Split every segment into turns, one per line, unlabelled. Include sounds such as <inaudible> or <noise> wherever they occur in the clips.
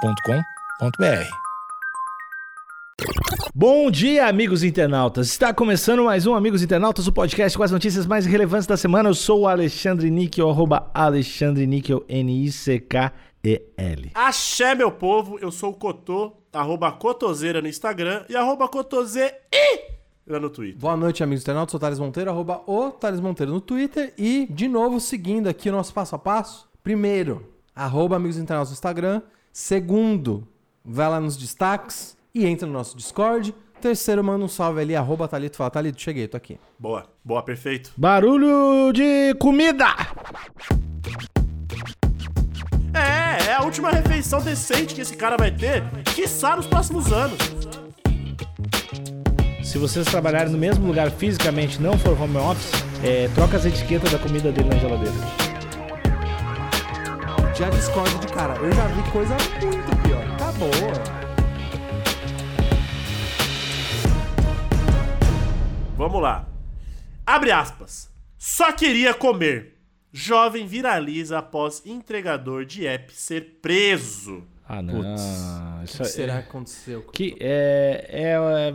agenciadepodcast.com.br.
Bom dia, amigos internautas. Está começando mais um Amigos Internautas, o podcast com as notícias mais relevantes da semana. Eu sou o Alexandre Níquel, arroba Alexandre Níquel, N-I-C-K-E-L.
Axé, meu povo, eu sou o Cotô, arroba Cotoseira no Instagram e arroba Cotose lá no Twitter.
Boa noite, amigos internautas. Sou o Thales Monteiro, arroba o Thales Monteiro no Twitter. E, de novo, seguindo aqui o nosso passo a passo. Primeiro, arroba amigos internautas no Instagram. Segundo, vai lá nos destaques e entra no nosso Discord. Terceiro, manda um salve ali, arroba Thalito. Fala, Thalito, cheguei, tô aqui.
Boa, boa, perfeito.
Barulho de comida!
É, é a última refeição decente que esse cara vai ter, quiçá nos próximos anos.
Se vocês trabalharem no mesmo lugar fisicamente, não for home office, é, troca as etiquetas da comida dele na geladeira.
Já discordo de cara. Eu já vi coisa muito pior. Tá Acabou.
Vamos lá. Abre aspas. Só queria comer. Jovem viraliza após entregador de app ser preso.
Ah,
Putz, o que será que aconteceu?
Tá, é. Que é, é,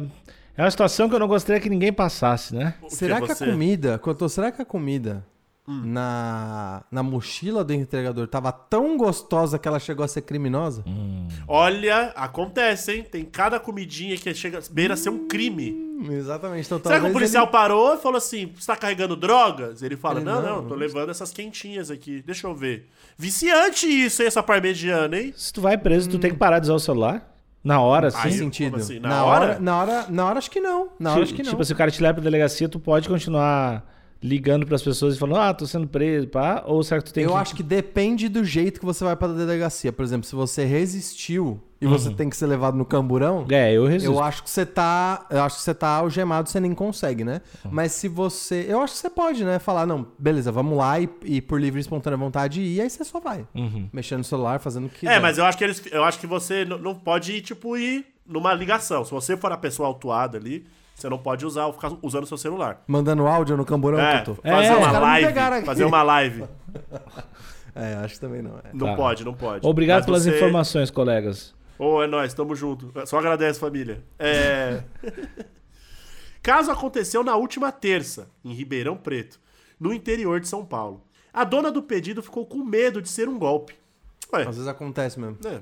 é uma situação que eu não gostaria que ninguém passasse, né?
O
Será que,
você-
a comida, Cotô, será que a comida na, na mochila do entregador tava tão gostosa que ela chegou a ser criminosa?
Olha, acontece, hein? Tem cada comidinha que chega beira a ser um crime.
Hum, Exatamente. Então,
Será que o
talvez
policial
ele-
parou e falou assim: você tá carregando drogas? Ele fala:
Ele,
não, não,
não,
tô levando essas quentinhas aqui. Deixa eu ver. Viciante isso, hein, essa parmegiana, hein?
Se tu vai preso, tu tem que parar de usar o celular. Na hora, assim.
Aí,
Faz
como
sentido.
assim, na
na,
hora?
hora? Na hora, na hora acho que não. Na
Ti-
hora acho que não.
Tipo, se o cara te leva pra delegacia, tu pode continuar ligando pras pessoas e falando, ah, tô sendo preso, pá, ou será que tu tem
eu
que...
acho que depende do jeito que você vai pra delegacia. Por exemplo, se você resistiu e você tem que ser levado no camburão,
Uhum. É, eu resisto.
eu acho que você tá, eu acho que você tá algemado, você nem consegue, né?
Uhum.
Mas se você, eu acho que você pode, né, falar não, beleza, vamos lá e, e por livre e espontânea vontade ir, aí você só vai.
Uhum.
Mexendo no celular, fazendo o que
É,
der.
mas eu acho que eles, eu acho que você n- não pode ir, tipo, ir numa ligação. Se você for a pessoa autuada ali, você não pode usar, ficar usando seu celular.
mandando áudio no camburão,
É,
Tutu?
fazer
É, os
uma
caras me pegaram
live.
aqui.
Fazer uma
<laughs>
live.
É, acho que também não é.
Não
Tá.
pode, não pode.
Obrigado
Mas
pelas
você-
informações, colegas.
Ô, é nóis, tamo junto. Só agradece, família.
<laughs>
É. Caso aconteceu na última terça, em Ribeirão Preto, no interior de São Paulo. A dona do pedido ficou com medo de ser um golpe. Ué,
Às vezes acontece mesmo.
né?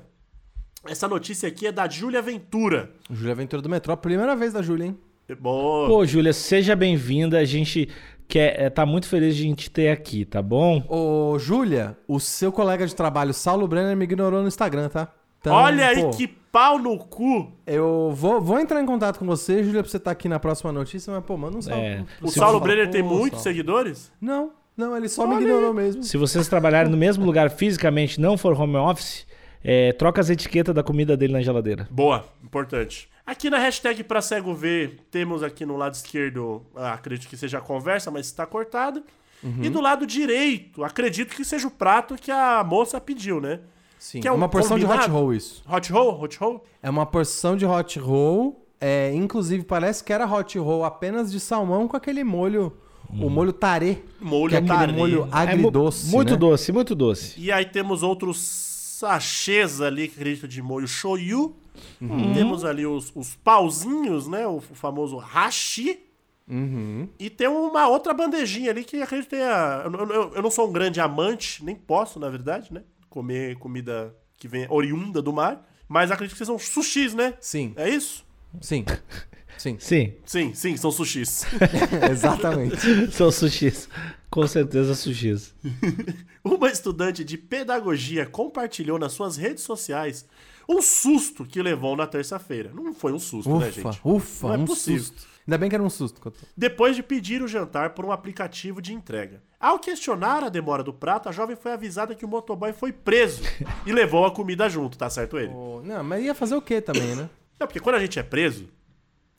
Essa notícia aqui é da Júlia Ventura.
Júlia Ventura do Metrô, a primeira vez da Júlia, hein?
Boa.
Pô, Júlia, seja bem-vinda, a gente quer, é, tá muito feliz de a gente ter aqui, tá bom?
Ô, Júlia, o seu colega de trabalho, Saulo Brenner, me ignorou no Instagram, tá? Então,
Olha aí
pô,
que pau no cu.
Eu vou, vou entrar em contato com você, Júlia, pra você estar aqui na próxima notícia, mas, pô, manda um salve.
É.
pro-
O
pro
Saulo
Fala,
Brenner
pô,
tem muitos
Saulo.
seguidores?
Não, não, ele só me ignorou mesmo.
Se vocês trabalharem no mesmo lugar fisicamente, não for home office, é, troca as etiquetas da comida dele na geladeira.
Boa, importante. Aqui na hashtag pra cego ver, temos aqui no lado esquerdo, ah, acredito que seja a conversa, mas está cortada.
Uhum.
E do lado direito, acredito que seja o prato que a moça pediu, né?
Sim,
que é
é
um
uma porção de hot
combinado.
roll isso.
Hot roll, hot roll?
É uma porção de hot roll, é, inclusive parece que era hot roll apenas de salmão com aquele molho, o molho tarê.
Molho
que é aquele
tarê.
Hum.
molho
É mu-
agridoce,
muito
né?
doce, muito doce.
E aí temos outros sachês ali, que acredito de molho shoyu. Temos ali os, os pauzinhos, né? O famoso hashi. E tem uma outra bandejinha ali que acredito que tenha. Eu, eu- eu não sou um grande amante, nem posso, na verdade, né? Comer comida que vem oriunda do mar. Mas acredito que são sushis, né?
Sim,
É isso?
sim,
<laughs>
sim, <laughs>
Sim, <laughs>
Sim, sim, são sushis. <laughs>
exatamente.
são sushis. Com certeza sushis.
Uma estudante de pedagogia compartilhou nas suas redes sociais um susto que levou na terça-feira. Não foi um susto, né,
Ufa,
gente?
ufa,
Não é
um
possível.
susto. Ainda bem que era um susto. Cotô.
Depois de pedir o jantar por um aplicativo de entrega. Ao questionar a demora do prato, a jovem foi avisada que o motoboy foi preso e levou a comida junto, tá certo ele?
Pô, Não, mas ia fazer o quê também, né?
Não, porque quando a gente é preso,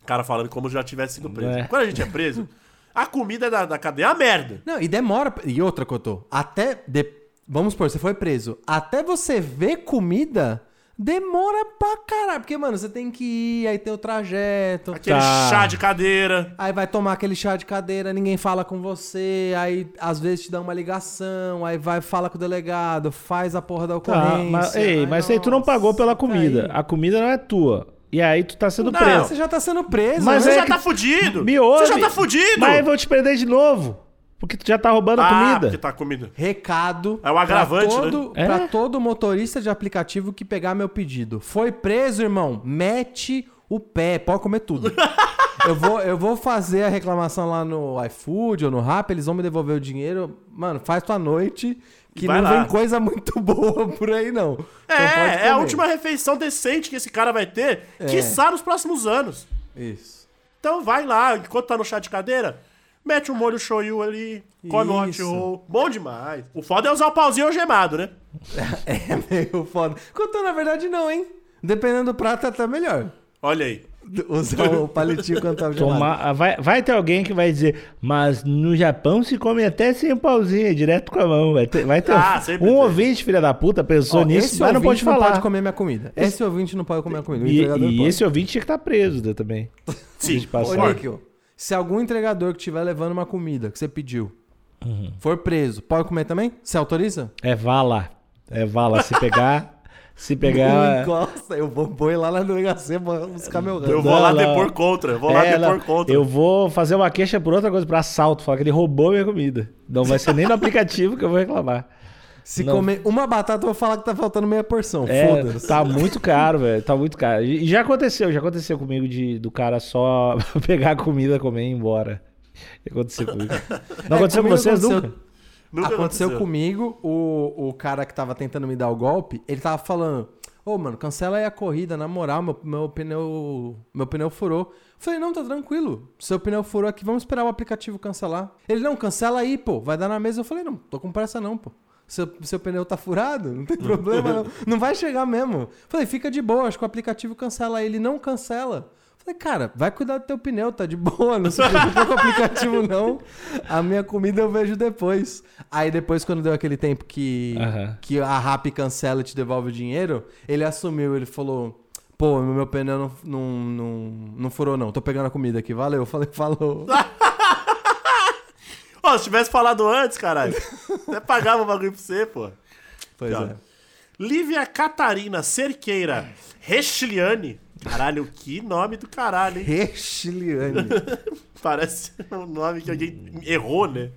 o cara falando como já tivesse sido preso.
É.
Quando a gente é preso, a comida da, da cadeia é uma merda.
<coughs> Não, e demora. E outra, Cotô. Até. de- Vamos supor, você foi preso. Até você ver comida. Demora pra caralho. Porque, mano, você tem que ir, aí tem o trajeto.
Aquele
Tá.
chá de cadeira.
Aí vai tomar aquele chá de cadeira, ninguém fala com você, aí às vezes te dá uma ligação, aí vai, fala com o delegado, faz a porra da ocorrência.
Tá, mas, ei,
Ai,
mas aí tu não
nossa,
pagou pela
tá
comida.
aí.
A comida não é tua. E aí tu tá sendo
Não,
Não,
preso.
você já tá sendo preso.
Mas
né?
é
Você já
que-
tá fudido.
Me
Você
ouve.
já tá fudido.
Mas eu vou te perder de novo. Porque tu já tá roubando a
ah,
comida.
porque tá comida.
Recado.
É o agravante,
pra todo,
né?
pra
É?
todo motorista de aplicativo que pegar meu pedido. Foi preso, irmão. Mete o pé, pode
<laughs>
comer tudo. eu, vou, eu vou fazer a reclamação lá no iFood ou no Rap, eles vão me devolver o dinheiro. Mano, faz tua noite, que
Vai
não
lá.
vem coisa muito boa por aí, não. Então pode
É, é a
comer.
última refeição decente que esse cara vai ter,
É.
quiçá nos próximos anos.
Isso. <laughs>
Então vai lá, enquanto tá no chá de cadeira, mete um molho shoyu ali, come um hot
Isso.
roll. Bom demais. O foda é usar o pauzinho algemado, né?
É meio foda. Quanto na verdade, não, hein? Dependendo do prato, é até melhor.
Olha aí.
Usar o palitinho quando tá gelado.
Tomar, ah, vai, vai ter alguém que vai dizer, mas no Japão se come até sem o pauzinho, é direto com a mão. Vai ter, vai ter
Ah,
um,
sempre tem.
ouvinte, filha da puta, pensou
Ó,
nisso,
esse
mas não pode
ouvinte
falar.
Não pode comer minha comida. Esse, ouvinte não pode comer minha comida. O
E,
entregador
e
pode.
esse ouvinte tinha que estar preso né, também.
Sim,
passa-
Ô,
Fora.
Níquel, se algum entregador que estiver levando uma comida que você pediu
Uhum.
for preso, pode comer também? Você autoriza?
É vala. É vala. Se pegar. se pegar.
<laughs> Não encosta. Eu vou pôr lá na delegacia pra buscar meu
eu
rango.
vou lá
Não, não.
depor contra. Eu vou lá
É,
depor
não,
contra.
Eu vou fazer uma queixa por outra coisa, por assalto, falar que ele roubou minha comida. Não vai ser nem no <laughs> aplicativo que eu vou reclamar.
Se
Não.
comer uma batata, eu vou falar que tá faltando meia porção.
É,
Foda-se.
tá muito caro, velho. Tá muito caro. E já aconteceu, já aconteceu comigo de, do cara só <laughs> pegar a comida, comer e ir embora. Aconteceu comigo. Não aconteceu com
É, comigo
vocês
aconteceu.
nunca?
Nunca
aconteceu, comigo, o, o cara que tava tentando me dar o golpe, ele tava falando, ô mano, cancela aí a corrida, na moral, meu, meu pneu. Meu pneu furou. Eu Falei, não, tá tranquilo. Seu pneu furou aqui, vamos esperar o aplicativo cancelar. Ele, não, cancela aí, pô. Vai dar na mesa. Eu falei, não, tô com pressa não, pô. Seu, seu pneu tá furado, não tem problema, não. Não vai chegar mesmo. Eu Falei, fica de boa, acho que o aplicativo cancela aí. Ele não cancela. Eu Falei, cara, vai cuidar do teu pneu, tá de boa, não se preocupa com o aplicativo, não. A minha comida eu vejo depois. Aí depois, quando deu aquele tempo que,
Aham.
que a RAP cancela e te devolve o dinheiro, ele assumiu, ele falou, pô, meu pneu não, não, não, não furou não, tô pegando a comida aqui, valeu. Eu Falei, falou.
Ó, se tivesse falado antes,
<laughs>
caralho. Até pagava o bagulho pra você, pô.
Pois
Cara.
é.
Lívia Catarina Cerqueira Rechliane. Caralho, que nome do caralho, hein?
Rechiliane.
Parece <laughs> um nome que alguém errou, né?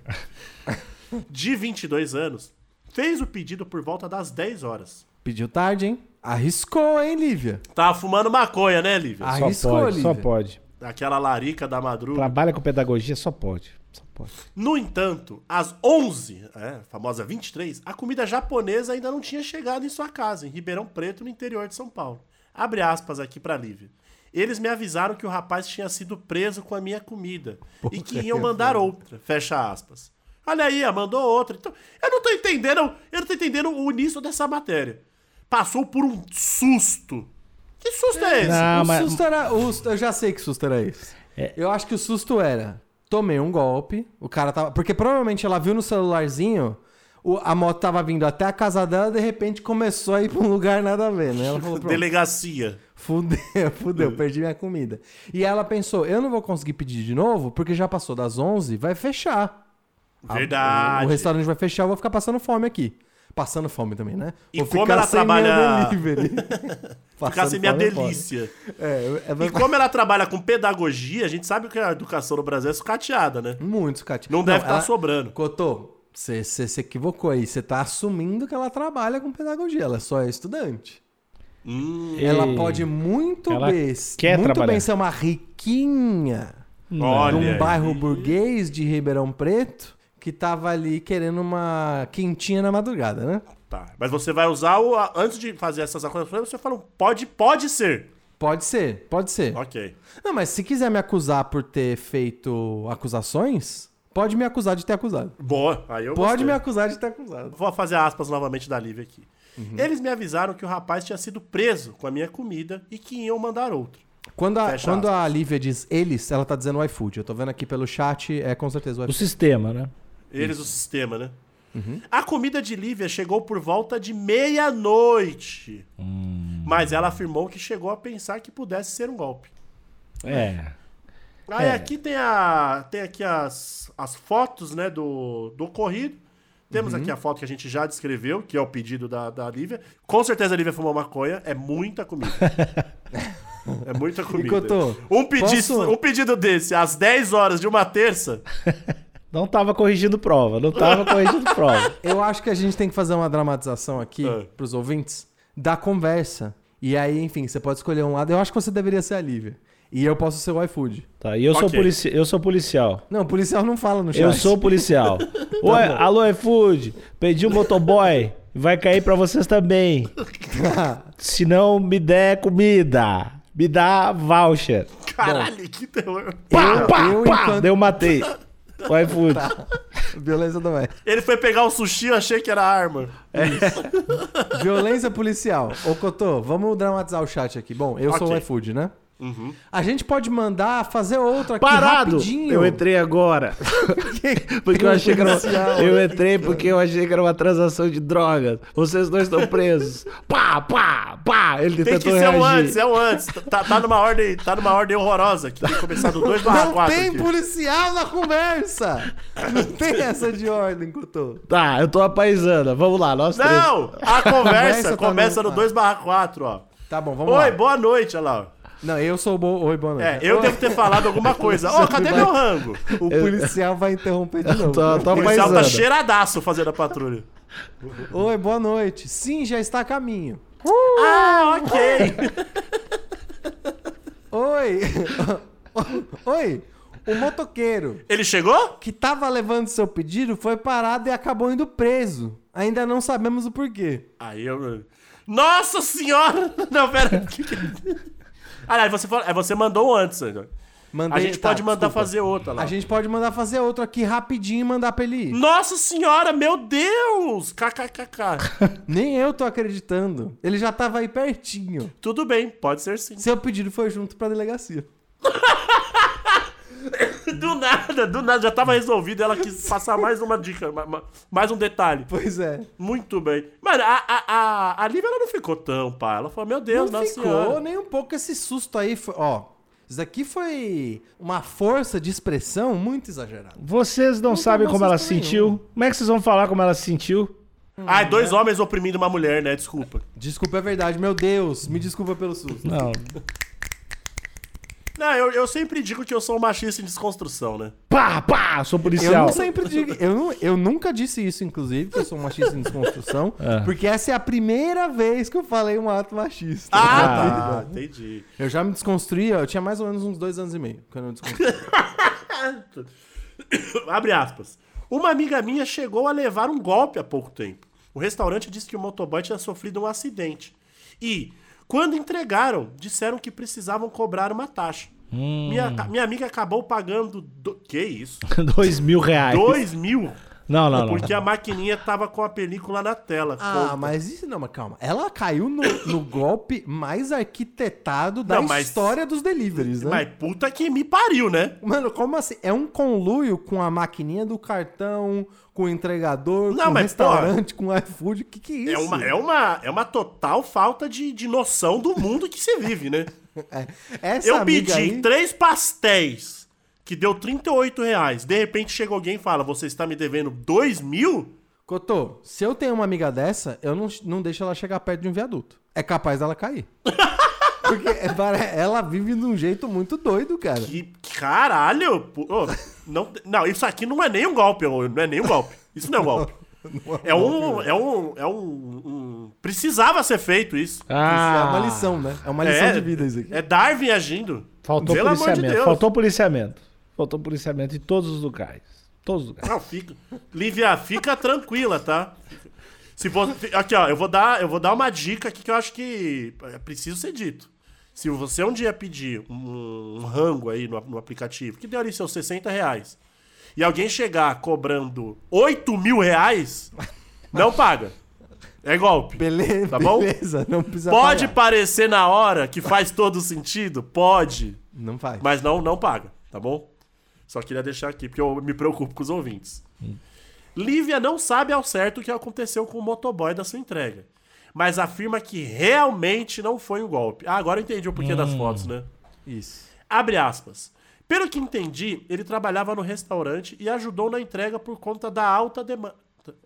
De 22 anos, fez o pedido por volta das 10 horas.
Pediu tarde, hein? Arriscou, hein, Lívia?
Tava fumando maconha, né, Lívia?
Ah.
Só
Arriscou,
pode, só
Olivia.
pode.
Aquela larica da madruga.
Trabalha com pedagogia, só pode. Só pode.
No entanto, às 11, é, famosa 23, a comida japonesa ainda não tinha chegado em sua casa, em Ribeirão Preto, no interior de São Paulo. Abre aspas aqui pra Lívia. Eles me avisaram que o rapaz tinha sido preso com a minha comida e que
é
iam mandar outra. Fecha aspas. Olha aí, ó, mandou outra. Então, eu não tô entendendo, eu não tô entendendo o início dessa matéria. Passou por um susto. Que susto é esse?
Ah,
o
mas- É.
susto era. o- eu já sei que susto era esse. Eu acho que o susto era. Tomei um golpe, o cara tava. Porque provavelmente ela viu no celularzinho, o- a moto tava vindo até a casa dela, de repente começou a ir pra um lugar nada a ver, né? Ela
<laughs>
falou, pronto,
Delegacia.
fudeu, <laughs> fudeu, perdi minha comida. E ela pensou, eu não vou conseguir pedir de novo, porque já passou das 11, vai fechar. A-
Verdade.
Ah, o restaurante vai fechar, eu vou ficar passando fome aqui. Passando fome também, né?
E
vou
como ela trabalha-
delivery.
<laughs>
<laughs>
Ficar
Passando
sem minha
fome é foda.
delícia.
É, é,
E como ela trabalha com pedagogia, a gente sabe que a educação no Brasil é sucateada, né?
Muito sucateado.
Não, deve estar
ela-
sobrando.
Cotô, você se equivocou aí. Você tá assumindo que ela trabalha com pedagogia. Ela só é estudante. Ela
Hum.
Ei,
pode muito
Ela
bem,
quer
muito
trabalhar.
bem ser uma riquinha
Olha.
num
aí.
bairro burguês de Ribeirão Preto que tava ali querendo uma quentinha na madrugada, né?
Tá. Mas você vai usar o. a- Antes de fazer essas acusações, você fala um pode, pode ser.
Pode ser, pode ser.
Ok.
Não, mas se quiser me acusar por ter feito acusações, pode me acusar de ter acusado.
Boa. Aí eu
Pode
gostei.
me acusar de ter acusado.
Vou fazer aspas novamente da Lívia aqui.
Uhum.
Eles me avisaram que o rapaz tinha sido preso com a minha comida e que iam mandar outro.
Quando a,
Fecha
quando a Lívia diz eles, ela tá dizendo o iFood. Eu tô vendo aqui pelo chat, é com certeza o
O
iFood.
sistema, né?
Eles, o sistema, né?
Uhum. Hum.
A comida de Lívia chegou por volta de meia-noite. Mas ela afirmou que chegou a pensar que pudesse ser um golpe.
É.
Aí
É.
Ah, aqui tem, a, tem aqui as, as fotos né, do, do ocorrido. Temos aqui a foto que a gente já descreveu, que é o pedido da, da Lívia. Com certeza a Lívia fumou maconha, é muita comida. é muita comida.
Cotô,
um, pedi
posso-
um pedido desse às 10 horas de uma terça,
Não tava corrigindo prova, não tava corrigindo prova.
Eu acho que a gente tem que fazer uma dramatização aqui
É.
pros ouvintes da conversa. E aí, enfim, você pode escolher um lado. Eu acho que você deveria ser a Lívia. E eu posso ser o iFood.
Tá, e eu sou
Ok.
polici eu sou policial.
Não, o policial não fala no chat.
Eu sou policial. Oi, alô, iFood, pedi um motoboy, vai cair pra vocês também.
<laughs>
Se não me der comida, me dá voucher.
caralho, que terror.
Pá,
Eu-
pá,
eu
pá,
enquanto-
daí eu matei. O iFood.
Violência doméstica.
Ele foi pegar o sushi, eu achei que era arma.
Violência policial. Ô, Cotô, vamos dramatizar o chat aqui. Bom, eu sou
Ok.
o
Uhum.
iFood, né? A gente pode mandar fazer outro aqui
Parado!
rapidinho.
Eu entrei
<laughs>
agora. Porque eu achei que era
Policial.
uma... Eu entrei porque eu achei que era uma transação de drogas. Vocês dois estão presos. Pá, pá, pá. Ele
Tem que
tentou
ser
reagir.
um antes, é um antes. Tá, tá numa ordem, tá numa ordem horrorosa, que tem que começar do 2 barra
Não
4
tem
aqui.
policial na conversa! Não tem essa de ordem, Cotô.
Tá, eu tô a paisana. Vamos lá, nós três.
Não! A
Conversa
conversa
tá
começa
no-
no 2 barra 4, ó.
Tá bom, vamos
Oi,
lá.
boa noite, olha lá. ó.
Não, eu sou o Bo... Oi, boa noite.
É, eu
Oi.
devo ter falado alguma
<laughs>
coisa. Ó, cadê meu rango?
O policial
<laughs>
vai interromper de novo.
Tô, tô
O
a
policial tá
paisana.
cheiradaço fazendo a patrulha.
Oi, boa noite. Sim, já está a caminho.
Ah, ok.
<laughs> Oi. <laughs> Oi. O motoqueiro
Ele chegou?
que estava levando seu pedido foi parado e acabou indo preso. Ainda não sabemos o porquê.
Aí eu. Nossa senhora! <laughs> Não, pera. Aliás, você, falou- é, você mandou um antes. Anjo.
Mandei-
A gente
tá,
pode mandar
desculpa.
fazer outra lá.
A gente pode mandar fazer outro aqui rapidinho e mandar pra ele ir.
Nossa senhora, meu Deus!
<laughs>
KKKK.
Nem eu tô acreditando. Ele já tava aí pertinho.
Tudo bem, pode ser sim.
Seu pedido foi junto pra delegacia. <laughs>
Do nada, do nada, já tava resolvido. Ela quis passar mais uma dica, ma- ma- mais um detalhe.
Pois é.
Muito bem. Mano, a, a, a, a Lívia ela não ficou tão pá. Ela falou, meu Deus,
não
nossa
ficou
senhora.
nem um pouco esse susto aí. Foi, ó, isso daqui foi uma força de expressão muito exagerada.
Vocês não,
Nunca
sabem
mais
como ela
assustou
sentiu?
nenhum.
Como é que vocês vão falar como ela se sentiu?
né?
Ai, dois homens oprimindo uma mulher, né? Desculpa.
Desculpa, é verdade. Meu Deus, me desculpa pelo susto.
Não.
Não, eu, eu sempre digo que eu sou um machista em desconstrução, né?
Pá, pá, sou
Eu
policial.
não sempre digo, eu, nu- eu nunca disse isso, inclusive, que eu sou um machista em desconstrução,
<laughs> É.
porque essa é a primeira vez que eu falei um ato machista. <laughs>
Ah, tá. Entendi.
Eu já me desconstruí, ó, eu tinha mais ou menos uns dois anos e meio quando eu me desconstruí.
Abre aspas. Uma amiga minha chegou a levar um golpe há pouco tempo. O restaurante disse que o motoboy tinha sofrido um acidente. E, quando entregaram, disseram que precisavam cobrar uma taxa.
Hum.
Minha, ca- minha amiga acabou pagando. Do... Que isso?
<laughs> Dois mil reais.
Dois mil?
Não, não, não.
Porque a maquininha tava com a película na tela.
ah,
Com-
mas isso não, mas calma. Ela caiu no, no <coughs> golpe mais arquitetado da
Não, mas-
história dos deliveries, né?
Mas puta que me pariu, né?
Mano, como assim? É um conluio com a maquininha do cartão, com o entregador,
Não,
com o
mas,
restaurante, com o iFood. O que, que é isso?
É uma, é, uma, é uma total falta de, de noção do mundo que se vive, né?
É, Essa
Eu pedi então-
amiga aí-
três pastéis que deu 38 reais. De repente chega alguém e fala: Você está me devendo dois mil?
Cotô, se eu tenho uma amiga dessa, eu não, não deixo ela chegar perto de um viaduto. É capaz
<laughs>
dela cair. Porque é para- ela vive de um jeito muito doido, cara.
Que caralho! pô, ô, não, não, isso aqui não é nem um golpe, ô, não é nem um golpe. Isso não é um golpe. É um. É um. É um, um- Precisava ser feito isso.
Isso é uma
Ah,
lição, né? É uma lição de vida isso aqui.
é Darwin agindo.
faltou
Pelo amor de
policiamento.
Deus.
faltou policiamento. Faltou policiamento em todos os lugares. Todos os lugares.
Não, fica. Lívia, fica tranquila, tá? Se você, aqui, ó, eu vou, dar, eu vou dar uma dica aqui que eu acho que é preciso ser dito. Se você um dia pedir um, um rango aí no, no aplicativo, que deu ali seus 60 reais, e alguém chegar cobrando 8 mil reais, não paga. É golpe.
Beleza,
Tá bom?
beleza. Não precisa
Pode
pagar.
parecer na hora que faz todo sentido? Pode.
Não faz.
Mas não, não paga, tá bom? Só queria deixar aqui, porque eu me preocupo com os ouvintes. Lívia não sabe ao certo o que aconteceu com o motoboy da sua entrega. mas afirma que realmente não foi um golpe. Ah, agora eu entendi o porquê das fotos, né?
Isso.
Abre aspas. Pelo que entendi, ele trabalhava no restaurante e ajudou na entrega por conta da alta demanda.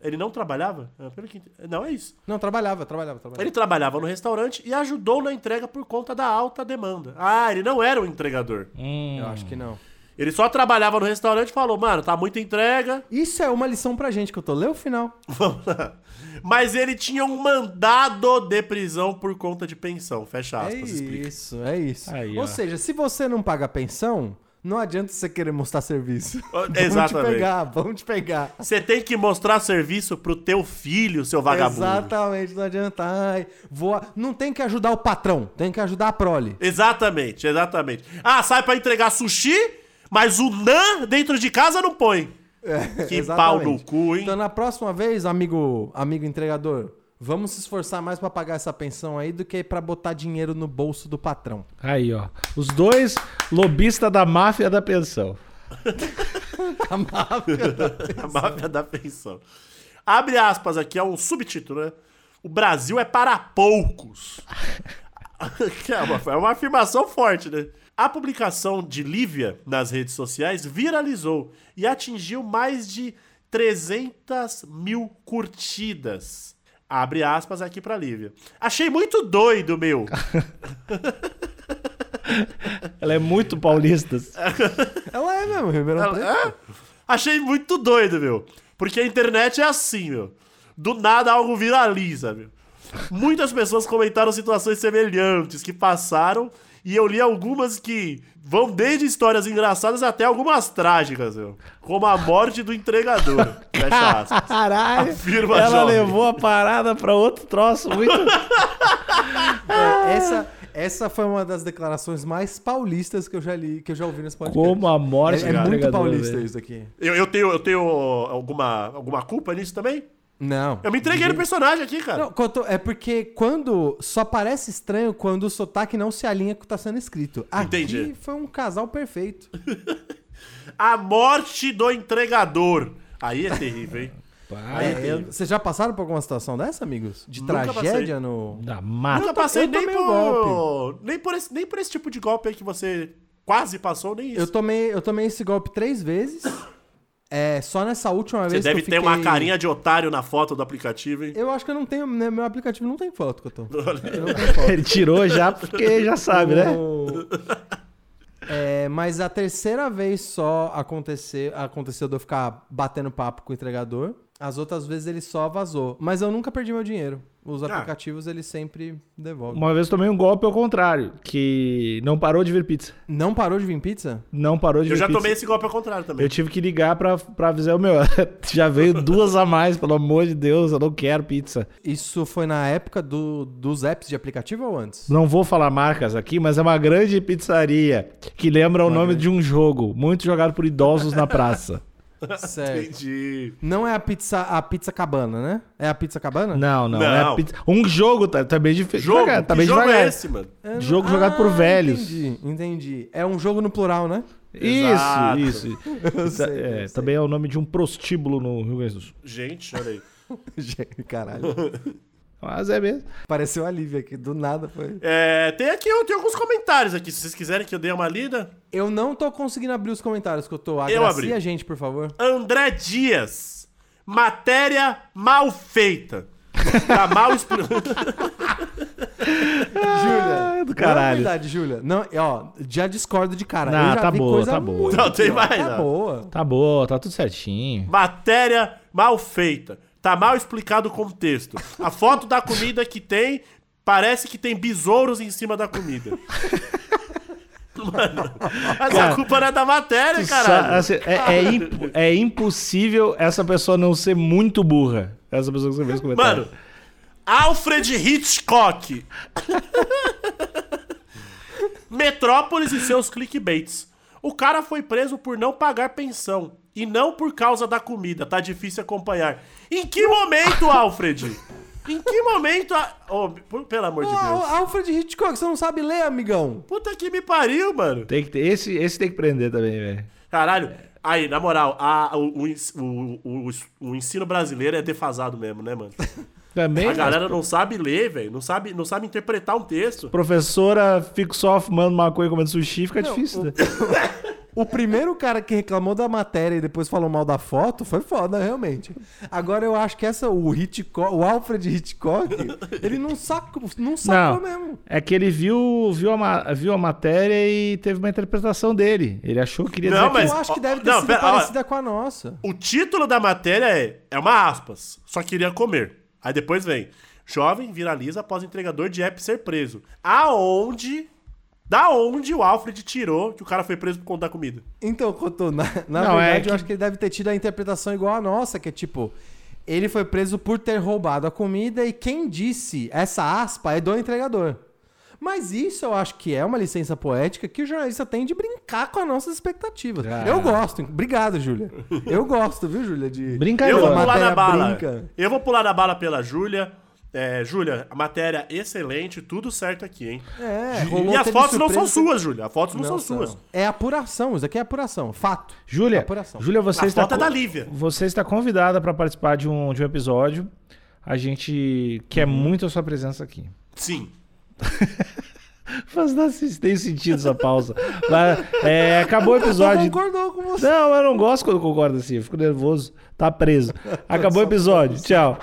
Ele não trabalhava? Ah, Pelo que entendi. Não, é isso.
Não, trabalhava, trabalhava, trabalhava.
Ele trabalhava no restaurante e ajudou na entrega por conta da alta demanda. Ah, ele não era um entregador.
Eu acho que não.
Ele só trabalhava no restaurante e falou, mano, tá muita entrega. <laughs>
Isso é uma lição pra gente que eu tô. Lê o final.
Vamos lá. Mas ele tinha um mandado de prisão por conta de pensão. Fecha
É
aspas, explica.
isso, é isso.
Aí,
Ou
ó.
seja, se você não paga a pensão, não adianta você querer mostrar serviço. <laughs> Vamos te
Exatamente.
pegar, vamos te pegar.
Você tem que mostrar serviço pro teu filho, seu vagabundo.
Exatamente, não adianta. Ai, vou... Não tem que ajudar o patrão, tem que ajudar a prole.
Exatamente, exatamente. Ah, sai pra entregar sushi, mas o nan dentro de casa não põe.
<laughs>
que pau no
É, Exatamente.
cu, hein?
Então, na próxima vez, amigo, amigo entregador, vamos se esforçar mais pra pagar essa pensão aí do que pra botar dinheiro no bolso do patrão.
Aí, ó. Os dois lobistas da máfia da pensão.
A máfia.
<laughs> A máfia da pensão. Abre aspas aqui, é um subtítulo, né? O Brasil é para poucos. <laughs> Que é, uma, é uma afirmação forte, né? A publicação de Lívia nas redes sociais viralizou e atingiu mais de 300 mil curtidas. Abre aspas aqui pra Lívia. Achei muito doido, meu.
Ela é muito paulista.
Ela é mesmo, Ribeirão
Ela-
Preto.
Hã? Achei muito doido, meu. Porque a internet é assim, meu. Do nada algo viraliza, meu. Muitas pessoas comentaram situações semelhantes que passaram e eu li algumas que vão desde histórias engraçadas até algumas trágicas, meu. Como a morte do entregador. Fecha aspas.
Caralho!
Afirma
Ela
jovem.
levou a parada pra outro troço muito.
Ah!
É, essa, essa foi uma das declarações mais paulistas que eu já li, que eu já ouvi nesse podcast.
Como a morte
é, é
do
muito
entregador,
paulista
velho.
isso aqui.
Eu, eu tenho, eu tenho alguma, alguma culpa nisso também?
Não.
Eu me entreguei no personagem aqui, cara.
Não, quanto- é porque quando. Só parece estranho quando o sotaque não se alinha com o que tá sendo escrito. Aqui
Entendi.
foi um casal perfeito.
A morte do entregador. Aí é terrível, hein?
Pá,
Aí é
É,
terrível.
eu- vocês já passaram por alguma situação dessa, amigos? De
Nunca
tragédia no.
Da mata.
Nunca passei
eu
nem
tomei
por,
um
nem por esse nem por esse tipo de golpe aí que você quase passou nem isso.
Eu tomei, eu tomei esse golpe três vezes. É, só nessa última
você
vez. que
deve
eu
ter uma
fiquei-
carinha de otário na foto do aplicativo, hein?
Eu acho que eu não tenho. né, Meu aplicativo não tem foto que eu tô. Eu não
<laughs>
tenho
<laughs>
foto.
Ele tirou já porque já sabe, né?
O- <laughs> É, mas a terceira vez só aconteceu, aconteceu de eu ficar batendo papo com o entregador. As outras vezes ele só vazou. Mas eu nunca perdi meu dinheiro. Os
Ah.
aplicativos ele sempre devolve.
Uma vez tomei um golpe ao contrário, que não parou de vir pizza.
Não parou de vir pizza?
Não parou de
Eu
vir
já
pizza.
tomei esse golpe ao contrário também.
Eu tive que ligar pra, pra avisar o meu. <laughs> Já veio duas a mais, pelo amor de Deus, eu não quero pizza.
Isso foi na época do- dos apps de aplicativo ou antes?
Não vou falar marcas aqui, mas é uma grande pizzaria que lembra o nome de um jogo, muito jogado por idosos na <laughs> praça.
Certo.
Entendi.
Não é a pizza, a pizza cabana, né? É a pizza cabana?
Não, não.
Não.
é pizza- Um jogo tá, tá bem difícil.
Jogo,
tá
que
bem
jogo
devagar.
é esse, mano?
É-
Jogo jogado por velhos.
Entendi, entendi. É um jogo no plural, né? <laughs>
Exato.
Isso, isso.
sei,
É,
eu sei.
também é o nome de um prostíbulo no Rio Grande do Sul.
Gente, olha aí.
Gente, Caralho.
<laughs> Mas é mesmo.
Pareceu a Lívia aqui, do nada foi.
É, tem aqui eu tenho alguns comentários aqui, se vocês quiserem que eu dê uma lida.
Eu não tô conseguindo abrir os comentários que eu tô. Agracia
Eu abri.
a gente, por favor.
André Dias. Matéria mal feita. Tá mal explicado. Ah, é
Júlia.
do
Não é
caralho.
verdade, Júlia. Não, ó, já discordo de cara.
Não,
eu já
tá
vi
boa,
coisa
tá boa.
muito
Não, tem
pior.
mais,
Tá
não.
boa.
Tá boa, tá tudo certinho.
Matéria mal feita. Tá mal explicado o contexto. A foto da comida que tem parece que tem besouros em cima da comida. <laughs> Mano, mas
Cara,
a culpa não é da matéria,
Sa-
caralho.
assim, é, é imp- é impossível essa pessoa não ser muito burra. Essa pessoa que você fez comentário.
Mano, Alfred Hitchcock. Metrópolis e seus clickbaits. O cara foi preso por não pagar pensão. E não por causa da comida. Tá difícil acompanhar. Em que momento, Alfred? Em que momento. A... Oh, p- pelo amor de
Ó,
Deus.
Alfred Hitchcock, você não sabe ler, amigão.
Puta que me pariu, mano.
Tem que ter, esse, esse tem que prender também, velho.
Caralho. Aí, na moral, a- o, o ens- o- o- o ensino brasileiro é defasado mesmo, né, mano?
Também.
A galera não sabe ler, velho. Não sabe, não sabe interpretar um texto.
Professora, fico só fumando maconha e comendo sushi, fica difícil. né?
O primeiro cara que reclamou da matéria e depois falou mal da foto foi foda, realmente. Agora eu acho que essa, o Hitchcock, o Alfred Hitchcock,
<laughs>
ele não sacou, não sacou
Não,
mesmo.
é que ele viu, viu, a, ma- viu a matéria e teve uma interpretação dele. Ele achou que queria dizer
Não,
que-
mas-
eu acho que
ó,
deve ter
não,
sido
pera, ó.
parecida com a nossa.
O título da matéria é É uma aspas. Só queria comer. Aí depois vem. Jovem viraliza após entregador de app ser preso. Aonde? Da onde o Alfred tirou que o cara foi preso por conta da comida?
Então, Cotô, na, na
Não, é
verdade,
que-
eu acho que ele deve ter tido a interpretação igual a nossa, que é tipo, ele foi preso por ter roubado a comida e quem disse essa aspa é do entregador. Mas isso eu acho que é uma licença poética que o jornalista tem de brincar com as nossas expectativas.
Ah.
Eu gosto. Obrigado, Júlia. Eu gosto, viu, Júlia? De...
Brincadeira.
Eu vou
É, a
pular
matéria
na bala.
brinca.
Eu vou pular na bala pela Júlia. É, Júlia, a matéria excelente, tudo certo aqui, hein?
É, rolou
e as
teve
fotos não são
surpresa-
suas, Júlia. As fotos não,
Não
são suas.
É apuração, isso aqui é apuração. Fato.
Júlia,
Apuração.
Júlia, você
A
está,
foto é
co-
da Lívia.
você está convidada para participar de um, de um episódio. A gente quer muito a sua presença aqui.
Sim.
Faz não tem sentido essa pausa. Mas, é, acabou o
Só
episódio.
concordou com você.
Não, eu não gosto quando concordo assim. Eu fico nervoso. Tá preso. Acabou o episódio. Tchau.